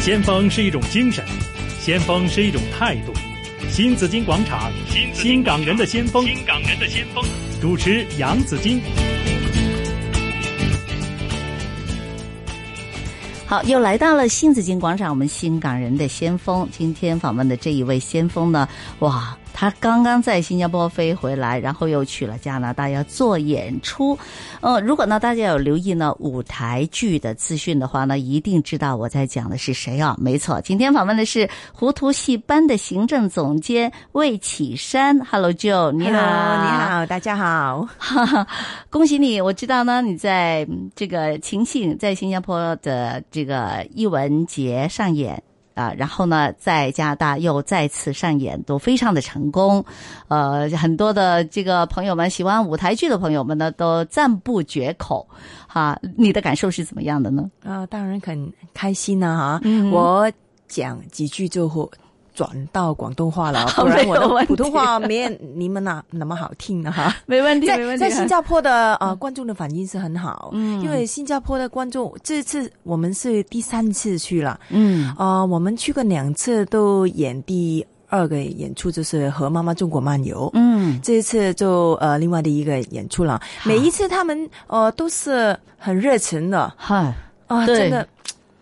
先锋是一种精神，先锋是一种态度。新紫金广场，新紫新金广港场人的先锋，新港人的先锋。主持杨紫金。好，又来到了新紫金广场，我们新港人的先锋。今天访问的这一位先锋呢，哇，他刚刚在新加坡飞回来，然后又去了加拿大要做演出。呃，如果呢大家有留意呢舞台剧的资讯的话呢，一定知道我在讲的是谁啊？没错，今天访问的是糊涂戏班的行政总监魏启山。Hello Joe，你好 Hello，你好，大家好。 恭喜你！我知道呢，你在嗯这个秦庆在新加坡的这个艺文节上演啊，然后呢，在加拿大又再次上演，都非常的成功。呃，很多的这个朋友们喜欢舞台剧的朋友们呢，都赞不绝口。哈、你的感受是怎么样的呢？啊、当然很开心啦、哈、嗯我讲几句就会转到广东话 了，好不然我没有问的题普通话没有你们那那么好听了、 哈。没问在在 新加坡的呃观众的反应是很好，嗯因为新加坡的观众这次我们是第三次去了，嗯啊、我们去过两次，都演第二个演出就是《和妈妈中国漫游》，嗯这一次就呃另外的一个演出了。每一次他们呃都是很热情的嗨啊，对真的，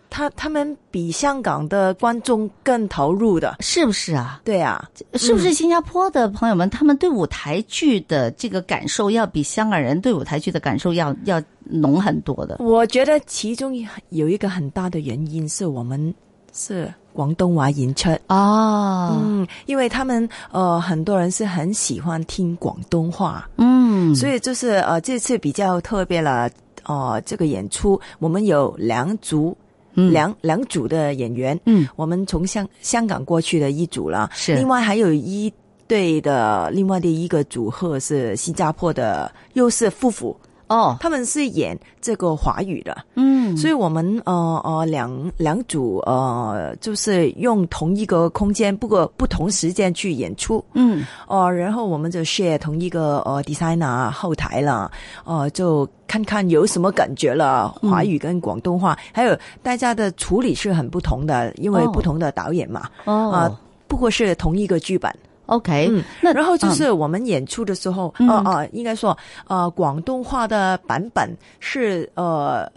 他他们比香港的观众更投入的。是不是啊？对啊，是不是新加坡的朋友们，他们对舞台剧的这个感受，要比香港人对舞台剧的感受要要浓很多的？我觉得其中有一个很大的原因是我们是广东话演出，哦，嗯，因为他们呃很多人是很喜欢听广东话，嗯，所以就是呃这次比较特别了。哦，这个演出我们有两组，以两两组的演员，嗯我们从香香港过去的一组了，是另外还有一对的另外的一个组合是新加坡的，又是夫妇，哦，他们是演这个华语的，嗯，所以以我们呃呃两两组呃就是用同一个空间，不过不同时间去演出，嗯哦、然后我们就 share 同一个呃 designer 后台了，哦，就看看有什么感觉了。嗯华语跟广东话，还有大家的处理是很不同的，因为哦不同的导演嘛，啊、哦不过是同一个剧本。 ，OK，嗯，那然后就是我们演出的时候，嗯呃呃，应该说，呃，广东话的版本是呃。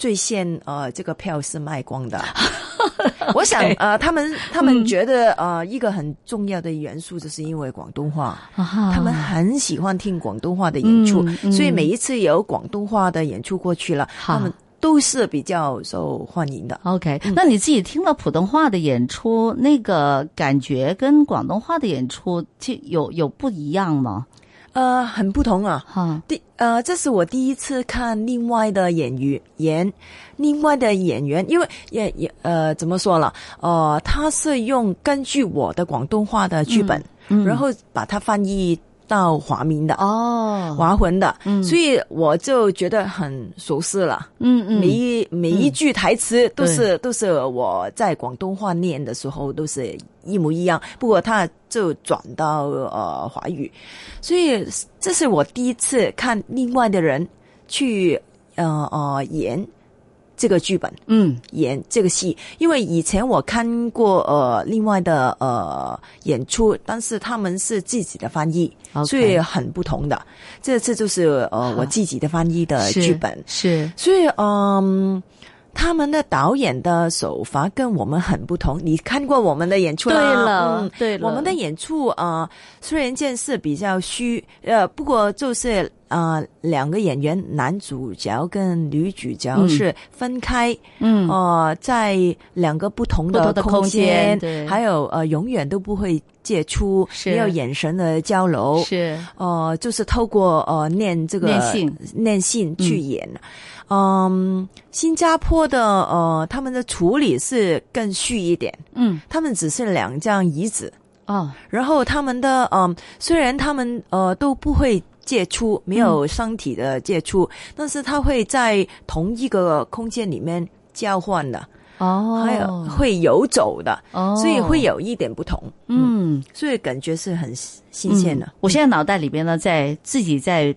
最先呃，这个票是卖光 的。我想呃，他们他嗯们觉得呃，一个很重要的元素，就是因为广东话，他他们很喜欢听广东话的演出，啊嗯嗯所以每一次有广东话的演出过去了，好他们都是比较受欢迎的。 OK，那你自己听了普通话的演出，那个感觉跟广东话的演出，这有有不一样吗？呃，很不同啊。哈，第呃，这是我第一次看另外的演员演另外的演员，因为也也呃怎么说了，呃，他是用根据我的广东话的剧本，嗯然后把它翻译到华民的、哦，华文的，嗯所以我就觉得很熟悉了。嗯嗯，每一每一句台词都是、都是我在广东话念的时候都是一模一样，不过他就转到呃华语，所以呃这是我第一次看另外的人去呃呃演这个剧本嗯演这个戏，因为以前我看过呃另外的呃演出，但是他们是自己的翻译 OK 所以很不同的。这次就是呃我自己的翻译的是剧本。是所以，嗯，他们的导演的手法跟我们很不同。你看过我们的演出啦对了嗯对了我们的演出啊、呃虽然见是比较虚，呃，不过就是啊、呃两个演员，男主角跟女主角嗯是分开，嗯呃，在两个不同不同的的空空间对还有呃，永远都不会接触，是没有眼神的交流，是呃，就是透过呃念这个念信念信去演，嗯新加坡的呃他们的处理是更虚一点，嗯他们只是两张椅子，哦然后他们的嗯、虽然他们呃都不会。接触没有身体的接触，但是他会在同一个空间里面交换的，哦，还有会游走的，哦，所以会有一点不同，嗯。所以感觉是很新鲜的。我现在脑袋里边呢，在自己在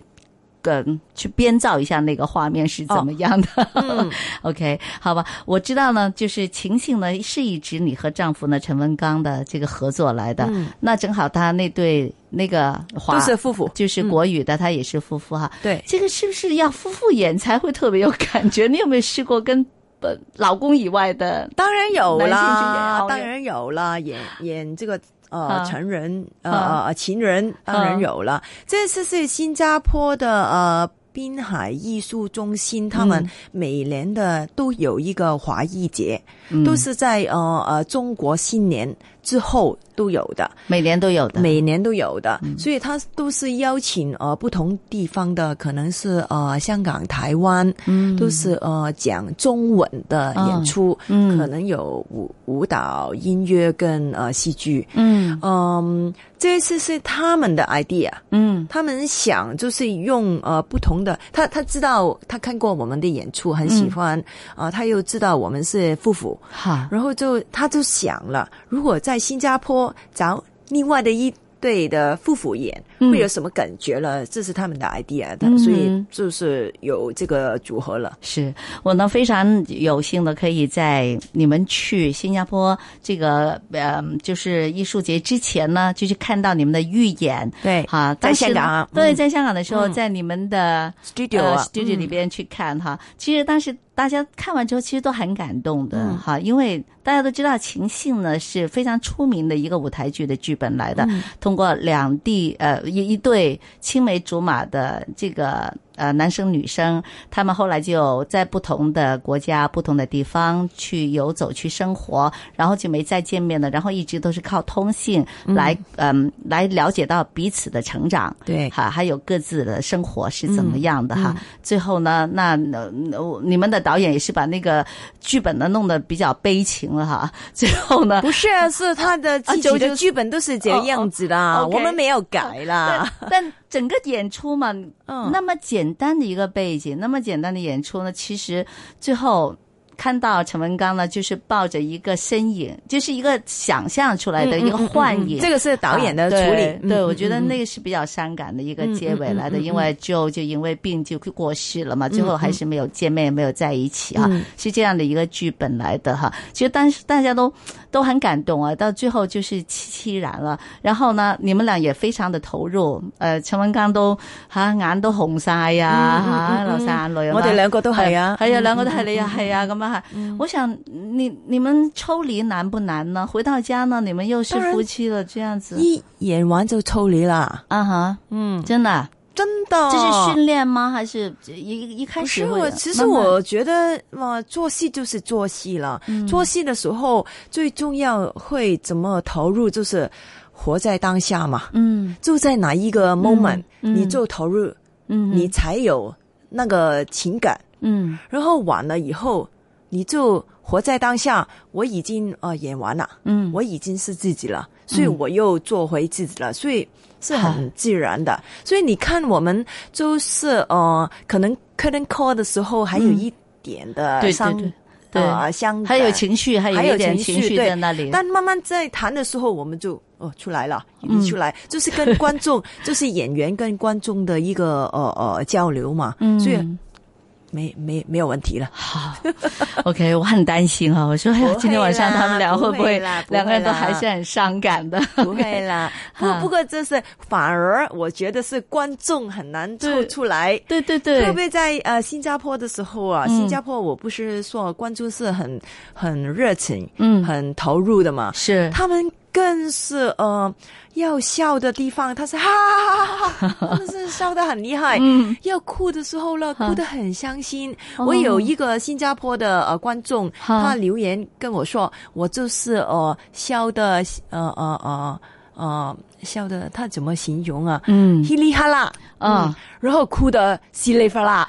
个去编造一下那个画面是怎么样的。哦嗯 OK，好吧，我知道呢，就是情形呢是一直你和丈夫呢陈文刚的这个合作来的，嗯那正好他那对那个华都是嗯夫妇，就是国语的，他也是夫妇哈。对，这个是不是要夫妇演才会特别有感觉？你有没有试过跟本老公以外的？当然有男性去演啦熬，夜当然有啦，演演这个啊呃成人啊呃呃情人当然有啦。这次是新加坡的呃滨海艺术中心，他们嗯每年的都有一个华裔节，嗯都是在呃呃中国新年之后都有的。每年都有的，每年都有的，嗯所以他都是邀请呃不同地方的，可能是呃香港、台湾，嗯都是呃讲中文的演出，嗯可能有舞舞蹈、音乐跟呃戏剧。嗯嗯，这次是他们的 idea，嗯他们想就是用呃不同的，他他知道他看过我们的演出，很喜欢嗯啊、呃他又知道我们是夫妇，好然后就他就想了，如果在新加坡找另外的一对的夫妇演，嗯会有什么感觉了？这是他们的 idea，嗯哼的，所以就是有这个组合了。是我呢非常有幸的可以在你们去新加坡这个呃就是艺术节之前呢，就去看到你们的预演。对哈，在当时呢香港啊对，嗯在香港的时候，嗯在你们的 studio 呃啊 studio 里边去看哈。其实当时大家看完之后，其实都很感动的、嗯哈，因为大家都知道《情信》呢是非常出名的一个舞台剧的剧本来的，通过两地呃一一对青梅竹马的这个呃男生女生，他们后来就在不同的国家、不同的地方去游走、去生活，然后就没再见面了，然后一直都是靠通信来嗯、来了解到彼此的成长。对，哈，还有各自的生活是怎么样的哈？最后呢，那那那你们的导演也是把那个剧本呢弄得比较悲情了哈。 最 后呢，不是啊，是他的自就己就的剧本都是这个样子啦，哦哦，OK 我们没有改啦。但但整个演出嘛，嗯那么简单的一个背景，那么简单的演出呢，其实最后看到陈文刚呢，就是抱着一个身影，就是一个想象出来的嗯一个幻影。这个是导演的啊处对理。嗯对我觉得那个是比较伤感的一个结尾来的，嗯嗯嗯嗯因为就就因为病就过世了嘛，最后还是没有见面，没有在一起哈、嗯是这样的一个剧本来的哈。其实当时大家都都很感动啊，到最后就是凄凄然了。然后呢，你们俩也非常的投入，呃，陈文刚都吓、眼都紅晒啊，吓、嗯嗯嗯流晒眼淚啊我哋兩個都係啊係啊，嗯兩個都係你啊，係啊，咁啊係。我想你你們抽離難不難呢？回到家呢，你們又是當然夫妻了，这样子。一演完就抽离啦，啊哈，嗯，真的啊，真的，这是训练吗？还是一一开哦不始是会我，有？其实慢慢我觉得嘛，做戏就是做戏了。嗯做戏的时候最重要会怎么投入，就是活在当下嘛。嗯就在哪一个 moment，、嗯你就投入，嗯，你才有那个情感。嗯然后完了以后，你就活在当下。我已经呃演完了，嗯，我已经是自己了，所以我又做回自己了，所以是很自然的。所以你看，我们就是呃，可能 curtain call 的时候还有一点的嗯对伤对对，对呃伤感，还有情绪，还还有有一点嗯情情绪绪对在那里。但慢慢在谈的时候，我们就哦出来了，你出来、就是跟观 众，就是演员跟观众的一个呃呃交流嘛，嗯所以没没没有问题了。好，OK，我很担心啊，我说哎不呀会，啦今天晚上他们俩会不会会啦不会啦两个人都还是很伤感的？ 不会啦，不啊不过这是反而我觉得是观众很难抽对出来，对对对特，别在呃新加坡的时候啊，嗯新加坡我不是说观众是很很热情、嗯，很投入的嘛，是他们更是呃要笑的地方，他是哈哈哈哈 哈，他们是笑得很厉害。嗯要哭的时候了，哈哭得很伤心。哦我有一个新加坡的呃观众，哈他留言跟我说，我就是呃笑的呃呃呃呃笑的，他怎么形容啊？嗯稀里哈啦，嗯啊，然后哭的稀里哗 啦，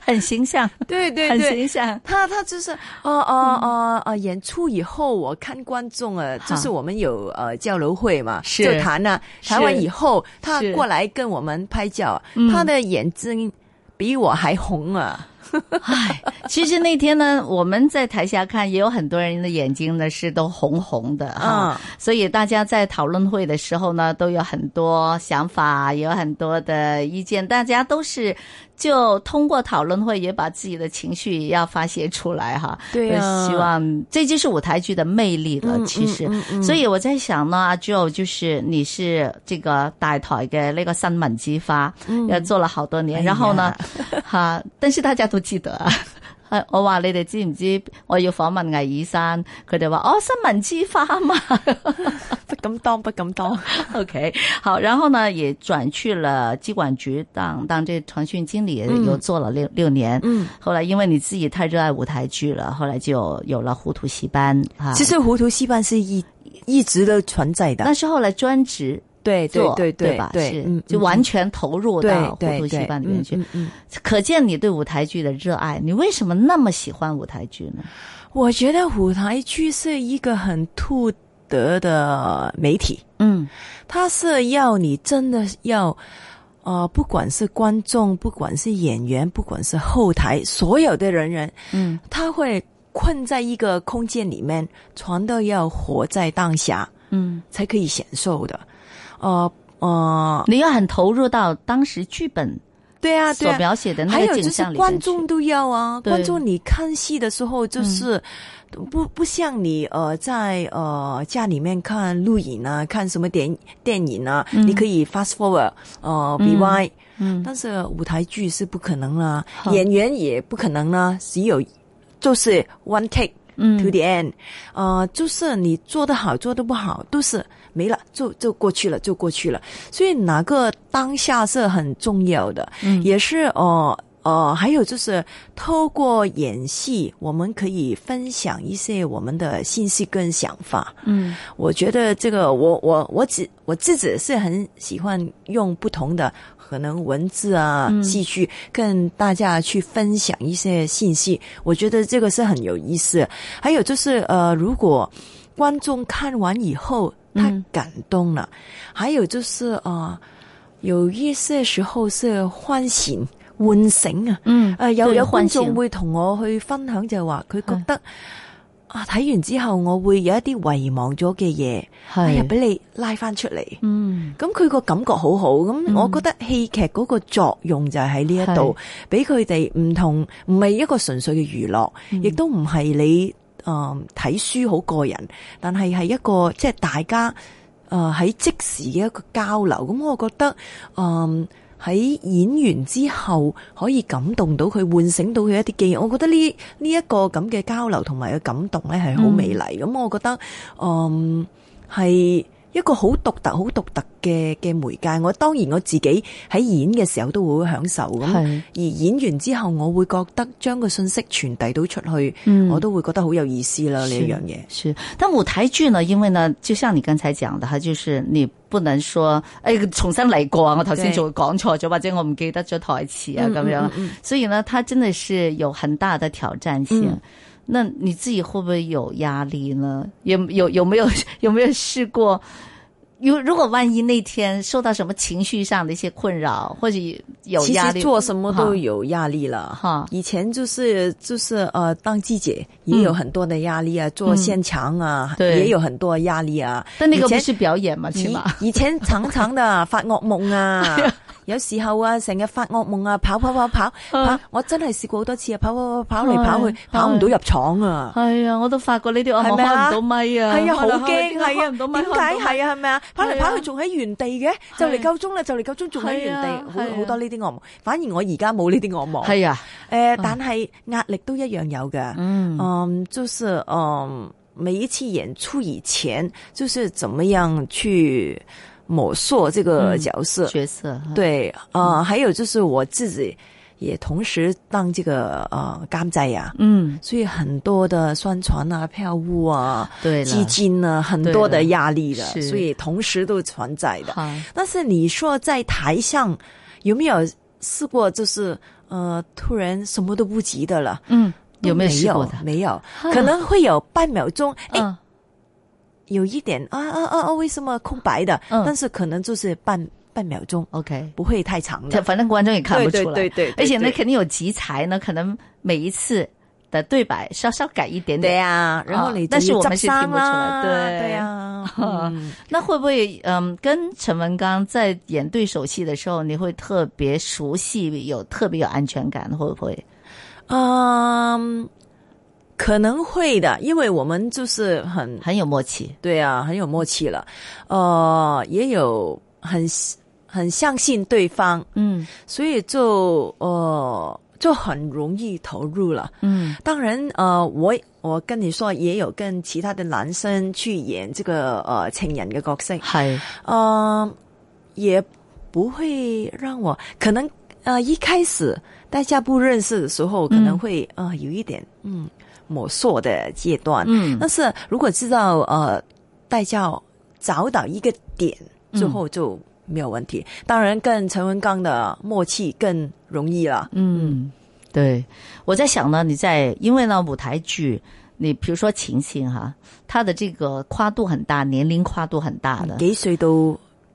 很形象，对对很对。形象。他他就是呃呃呃呃，演出以后我看观众啊，哈就是我们有呃交流会嘛，是就谈啊，是谈完以后他是过来跟我们拍照嗯，他的眼睛比我还红啊， 唉，哎其实那天呢，我们在台下看，也有很多人的眼睛呢是都红红的嗯啊，所以大家在讨论会的时候呢，都有很多想法，也有很多的意见，大家都是就通过讨论会也把自己的情绪要发泄出来哈。对啊希望这就是舞台剧的魅力了，嗯其实。嗯嗯嗯所以我在想呢，阿 Jo，就是你是这个大台嘅那个新闻之花，也做了好多年，哎呀然后呢， 吓、但是大家都知道啊。 係我話你哋知唔知？我要訪問魏以山，佢哋話哦，新聞之花嘛。 不敢當，不敢當。 OK，好，然后呢，也转去了机管局当当这个传讯经理，嗯又做了六、六年。嗯，后来因为你自己太热爱舞台剧了，后来就有了糊涂戏班啊。其实糊涂戏班是一一直都存在的那，是后来专职对对做，对吧？对是，嗯就完全投入对到糊对涂戏对班里面去。嗯嗯嗯可见你对舞台剧的热爱。你为什么那么喜欢舞台剧呢？我觉得舞台剧是一个很突得的媒体，嗯它是要你真的要，呃，不管是观众，不管是演员，不管是后台所有的人人，嗯他会困在一个空间里面，全都要活在当下嗯，才可以享受的，呃呃，你要很投入到当时剧本对啊，对所啊。表写的那还有个就景是象里面去。观众都要啊，对嗯观众你看戏的时候就是不、不像你呃在呃家里面看录影啊，看什么电电影啊，嗯你可以 fast forward 呃 rewind，、嗯但是舞台剧是不可能啦、好演员也不可能啦、只有就是 one take。嗯 to the end，呃，就是你做得好，做得不好，都是没了，就就过去了，就过去了。所以哪个当下是很重要的，嗯也是呃呃，还有就是透过演戏，我们可以分享一些我们的信息跟想法。嗯我觉得这个我我我只我自己是很喜欢用不同的可能文字啊、嗯戏剧跟大家去分享一些信息，我觉得这个是很有意思。还有就是呃，如果观众看完以后他嗯感动了，还有就是呃，有一些时候是唤醒、唤醒啊。嗯诶、有對有唤觀醒眾會同我去分享就係話佢覺得啊睇完之後，我會有一啲遺忘咗嘅嘢，哎呀系俾你拉翻出嚟，嗯咁佢個感覺好好。咁我覺得戲劇嗰個作用就係喺呢一度，俾佢哋唔同，唔係一個純粹嘅娛樂，亦都唔係你诶睇、書好個人，但係係一個即係大家诶喺、即時嘅一個交流。咁我覺得诶。嗯喺演完之後可以感動到佢，喚醒到佢一啲記憶。我覺得呢呢一個咁嘅交流同埋嘅感動咧係好美麗。咁、我覺得，嗯，係一個好獨特、好獨特嘅嘅媒介。我當然我自己喺演嘅時候都會享受咁，係而演完之後我會覺得將個信息傳遞到出去，嗯我都會覺得好有意思啦呢是一樣嘢。是，但舞台剧呢？因为呢，就像你刚才讲的哈，就是你不能说诶、哎、重新嚟过啊，我头先對就讲错咗，或者我唔记得咗台词嗯啊咁样。所以呢，它真的是有很大的挑战性。嗯那你自己会不会有压力呢？有有有没 有有没有试过？有如果万一那天受到什么情绪上的一些困扰，或者有其压实力，做什么都哈有压力了哈以前就是就是呃，当记者也嗯有很多的压力啊，做现场啊，对也有很多压力啊。但那以个不前是表演嘛，起以码。以前常常的發噩夢 啊，哎有時候啊，成日發噩夢啊，跑跑跑跑跑，我真係試過好多次啊，跑跑跑跑嚟跑去，嗯係跑唔到入廠啊。系啊，我都發過呢啲，我係咪開啊唔到咪啊，係啊，好開嚟開驚，去係開啊，唔到咪，點解開唔到咪係啊？係咪啊？跑嚟係啊跑去仲喺原地嘅，就嚟夠鐘啦，就嚟夠鐘仲喺原係啊地，好係啊好多呢啲噩夢。反而我而家冇呢啲噩夢。係啊，诶、但係壓力都一樣有嘅。嗯嗯，就是嗯，每一次演出以前，就是怎么样去摸索这个嗯角色。角色对，呃，还有就是我自己也同时当这个呃监制呀、嗯，所以很多的宣传啊、票务啊、对基了，金啊，很多对的了压力的，是所以同时都存在的。好但是你说在台上有没有试过，就是呃，突然什么都不急的了？嗯，都有没没有试过的？没有，可能会有半秒钟，哎、嗯哦有一点啊啊啊啊，为什么空白的？嗯但是可能就是半半秒钟， OK，不会太长他的。反正观众也看不出对来，对对对对而且呢，对肯定有集才呢，可能每一次的对白稍稍改一点对点。呀、然后啊你但是就我们执是听生不出啦来对对呀、 嗯那会不会嗯，跟陈文刚在演对手戏的时候，你会特别熟悉，有特别有安全感，会不会？嗯，可能会的，因为我们就是很很有默契，对啊，很有默契了，呃，也有很很相信对方，嗯所以就呃就很容易投入了。嗯当然，呃，我我跟你说，也有跟其他的男生去演这个呃情人嘅角色，系呃，也不会让我可能呃一开始大家不认识的时候，可能会、呃有一点嗯摸索的阶段，嗯但是如果知道呃大家找到一个点之嗯后就没有问题。当然，跟陈文刚的默契更容易了。嗯，对，我在想呢，你在因为呢舞台剧，你比如说情形哈，它的这个跨度很大，年龄跨度很大的，几岁到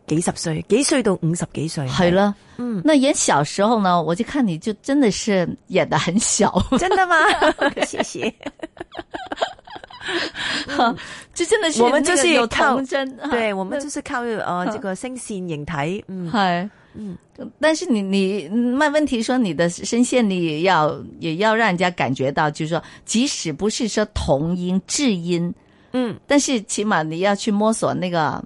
几十岁，几岁到五十几岁，系啦，嗯，那演小时候呢，我就看你就真的是演的很小， 真的吗？谢谢。就真的是我们那就个是有靠童真，啊对，我们就是靠呃这个声线形体，嗯，嗨，嗯嗯，但是你你卖问题说你的声线你也要也要让人家感觉到，就是说即使不是说同音质音，嗯，但是起码你要去摸索那个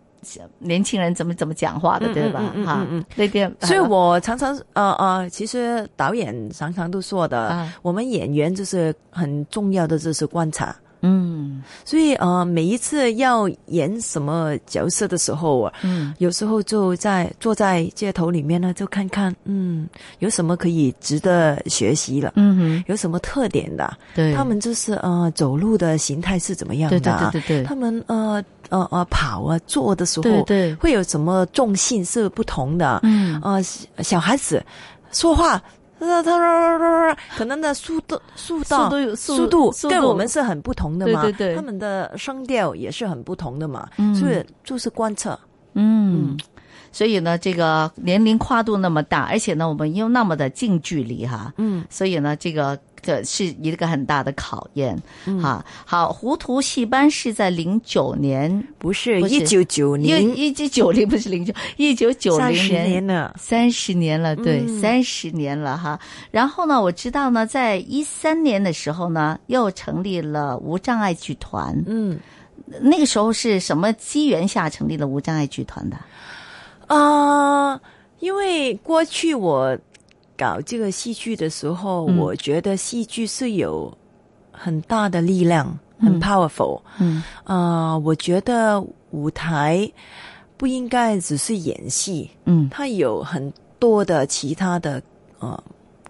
年轻人怎么怎么讲话的，嗯对吧嗯？嗯嗯哈嗯嗯，那啊点，所以我常常呃呃，其实导演常常都说的，啊我们演员就是很重要的就是观察。嗯所以呃，每一次要演什么角色的时候啊，嗯有时候就在坐在街头里面呢，就看看，嗯，有什么可以值得学习的，嗯哼，有什么特点的，对，他们就是呃走路的形态是怎么样的对对啊，对对对他们呃呃呃跑啊坐的时候，对对，会有什么重心是不同的，嗯呃，小小孩子说话，呃，他可能的速度、速速度度有、速度速跟度我们是很不同的嘛，对对对他们的声调也是很不同的嘛，嗯所以就是观测，嗯，所以呢，这个年龄跨度那么大，而且呢，我们又那么的近距离哈，嗯，所以呢，这个这是一个很大的考验嗯哈。好，糊涂戏班是在零九年，不是不是一九九一零一九九零不是零九，一九九三零十年了，三十年了，对，嗯三十年了哈。然后呢，我知道呢，在一三年的时候呢，又成立了无障碍剧团。嗯那个时候是什么机缘下成立了无障碍剧团的？啊、因为过去我搞这个戏剧的时候，嗯我觉得戏剧是有很大的力量，嗯很 powerful，、嗯啊、我觉得舞台不应该只是演戏，嗯它有很多的其他的呃，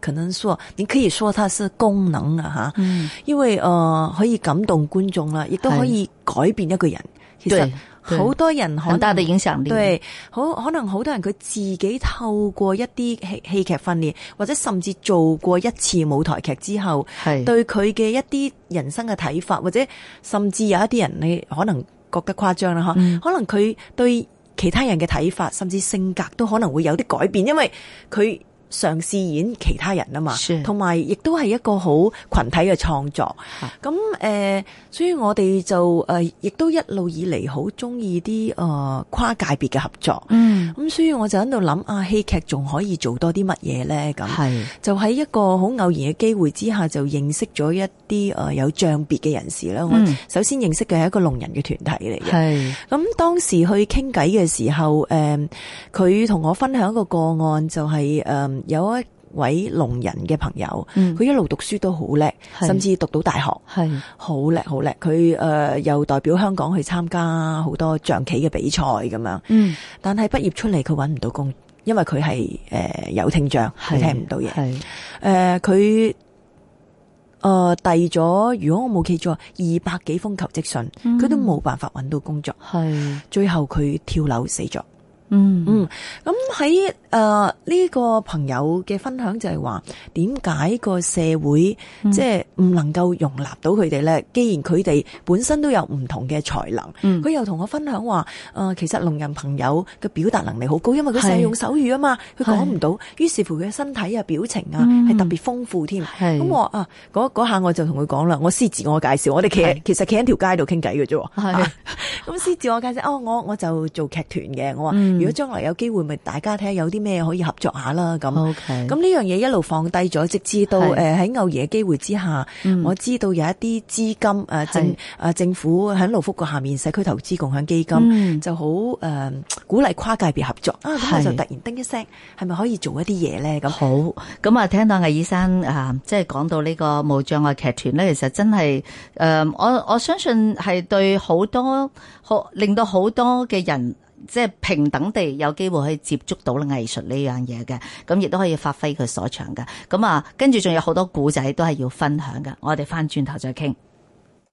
可能说你可以说它是功能啊哈，嗯。因为呃可以感动观众啦，亦都係可以改變一個人。其对實，對好多人可很大能的影响力。，對好可能好多人佢自己透過一啲戲戲劇訓練，或者甚至做過一次舞台劇之後。系對佢嘅一啲人生嘅睇法，或者甚至有一啲人你可能覺得誇張啦吓，嗯可能佢對其他人嘅睇法，甚至性格都可能會有啲改變，因為佢嘗試演其他人啊嘛是，同埋亦都係一個好群體嘅創作。咁诶、呃所以我哋就诶，呃亦、都一路以嚟好中意啲诶跨界別嘅合作。嗯咁所以我就喺度諗啊，戲劇仲可以做多啲乜嘢咧？咁系就喺一個好偶然嘅機會之下，就認識咗一啲誒、呃有障別嘅人士啦。我嗯首先認識嘅係一個聾人嘅團體嚟嘅。系咁當時去傾偈嘅時候，誒佢同我分享一個個案，就係、呃有一位聾人嘅朋友，嗯佢一路讀書都好叻，係甚至讀到大學。系好叻好叻，佢誒、呃又代表香港去參加好多象棋嘅比賽咁樣，嗯但係畢業出嚟佢揾唔到工，因為佢係誒有聽障，佢聽唔到嘢。系诶，呃佢诶递咗，如果我冇記錯，二百嗯幾封求職信，佢都冇辦法揾到工作，系最後佢跳樓死咗。嗯嗯，咁喺诶呢個朋友嘅分享就係話，點解個社會嗯即係唔能夠容納到佢哋咧？既然佢哋本身都有唔同嘅才能，嗯佢又同我分享話，诶、其實聾人朋友嘅表達能力好高，因為佢係成日用手語啊嘛，佢係講唔到，於是乎佢嘅身體啊、表情啊嗯係、特別豐富添。係咁我啊，嗰嗰下我就同佢講啦，我先自我介紹，我哋企喺係其實企喺條街度傾偈嘅 啫喎。係咁先自我介紹，哦，我我就做劇團嘅，我話、嗯如果將來有機會，咪大家睇下有啲咩可以合作下啦，咁。 ，OK，咁呢樣嘢一路放低咗，直至到誒係喺偶然嘅機會之下，嗯我知道有一啲資金誒、呃政係誒政府喺勞福局下面社區投資共享基金、嗯就好誒、呃鼓勵跨界別合作啊！咁我係就突然叮一聲，係咪可以做一啲嘢咧？咁好，咁啊，聽到魏醫生啊，即係講到呢個無障礙劇團咧，其實真係誒、呃我我相信係對好多好令到好多嘅人。即係平等地有機會去接觸到藝術呢樣嘢嘅，咁亦都可以發揮佢所長嘅。咁啊，跟住仲有好多古仔都係要分享嘅，我哋翻轉頭再傾。